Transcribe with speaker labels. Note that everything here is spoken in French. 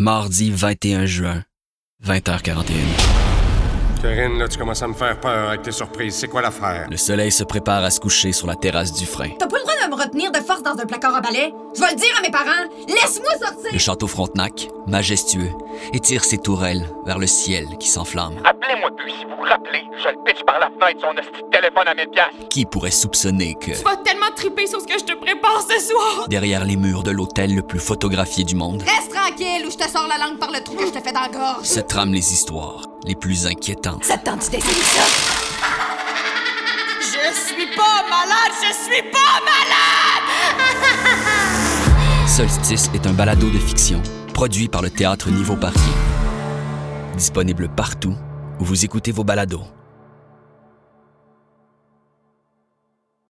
Speaker 1: mardi 21 juin, 20h41.
Speaker 2: Karine, là, tu commences à me faire peur avec tes surprises. C'est quoi l'affaire?
Speaker 1: Le soleil se prépare à se coucher sur la terrasse du frein.
Speaker 3: T'as pas le droit de me retenir de force dans un placard à balai. Je vais le dire à mes parents. Laisse-moi sortir.
Speaker 1: Le château Frontenac, majestueux, étire ses tourelles vers le ciel qui s'enflamme.
Speaker 4: Rappelez-moi d'eux, si vous vous rappelez, je le pitch par la fenêtre son hostie de téléphone à 1000 piastres.
Speaker 1: Qui pourrait soupçonner que,
Speaker 5: Tu vas tellement triper sur ce que je te prépare ce soir!
Speaker 1: derrière les murs de l'hôtel le plus photographié du monde,
Speaker 3: Reste tranquille ou je te sors la langue par le trou que je te fais dans la gorge.
Speaker 1: se trament les histoires les plus inquiétantes.
Speaker 3: Ça te tente d'essayer ça?
Speaker 5: Je suis pas malade! Je suis pas malade!
Speaker 1: Solstice est un balado de fiction produit par le théâtre Niveau Parquet. Disponible partout où vous écoutez vos balados.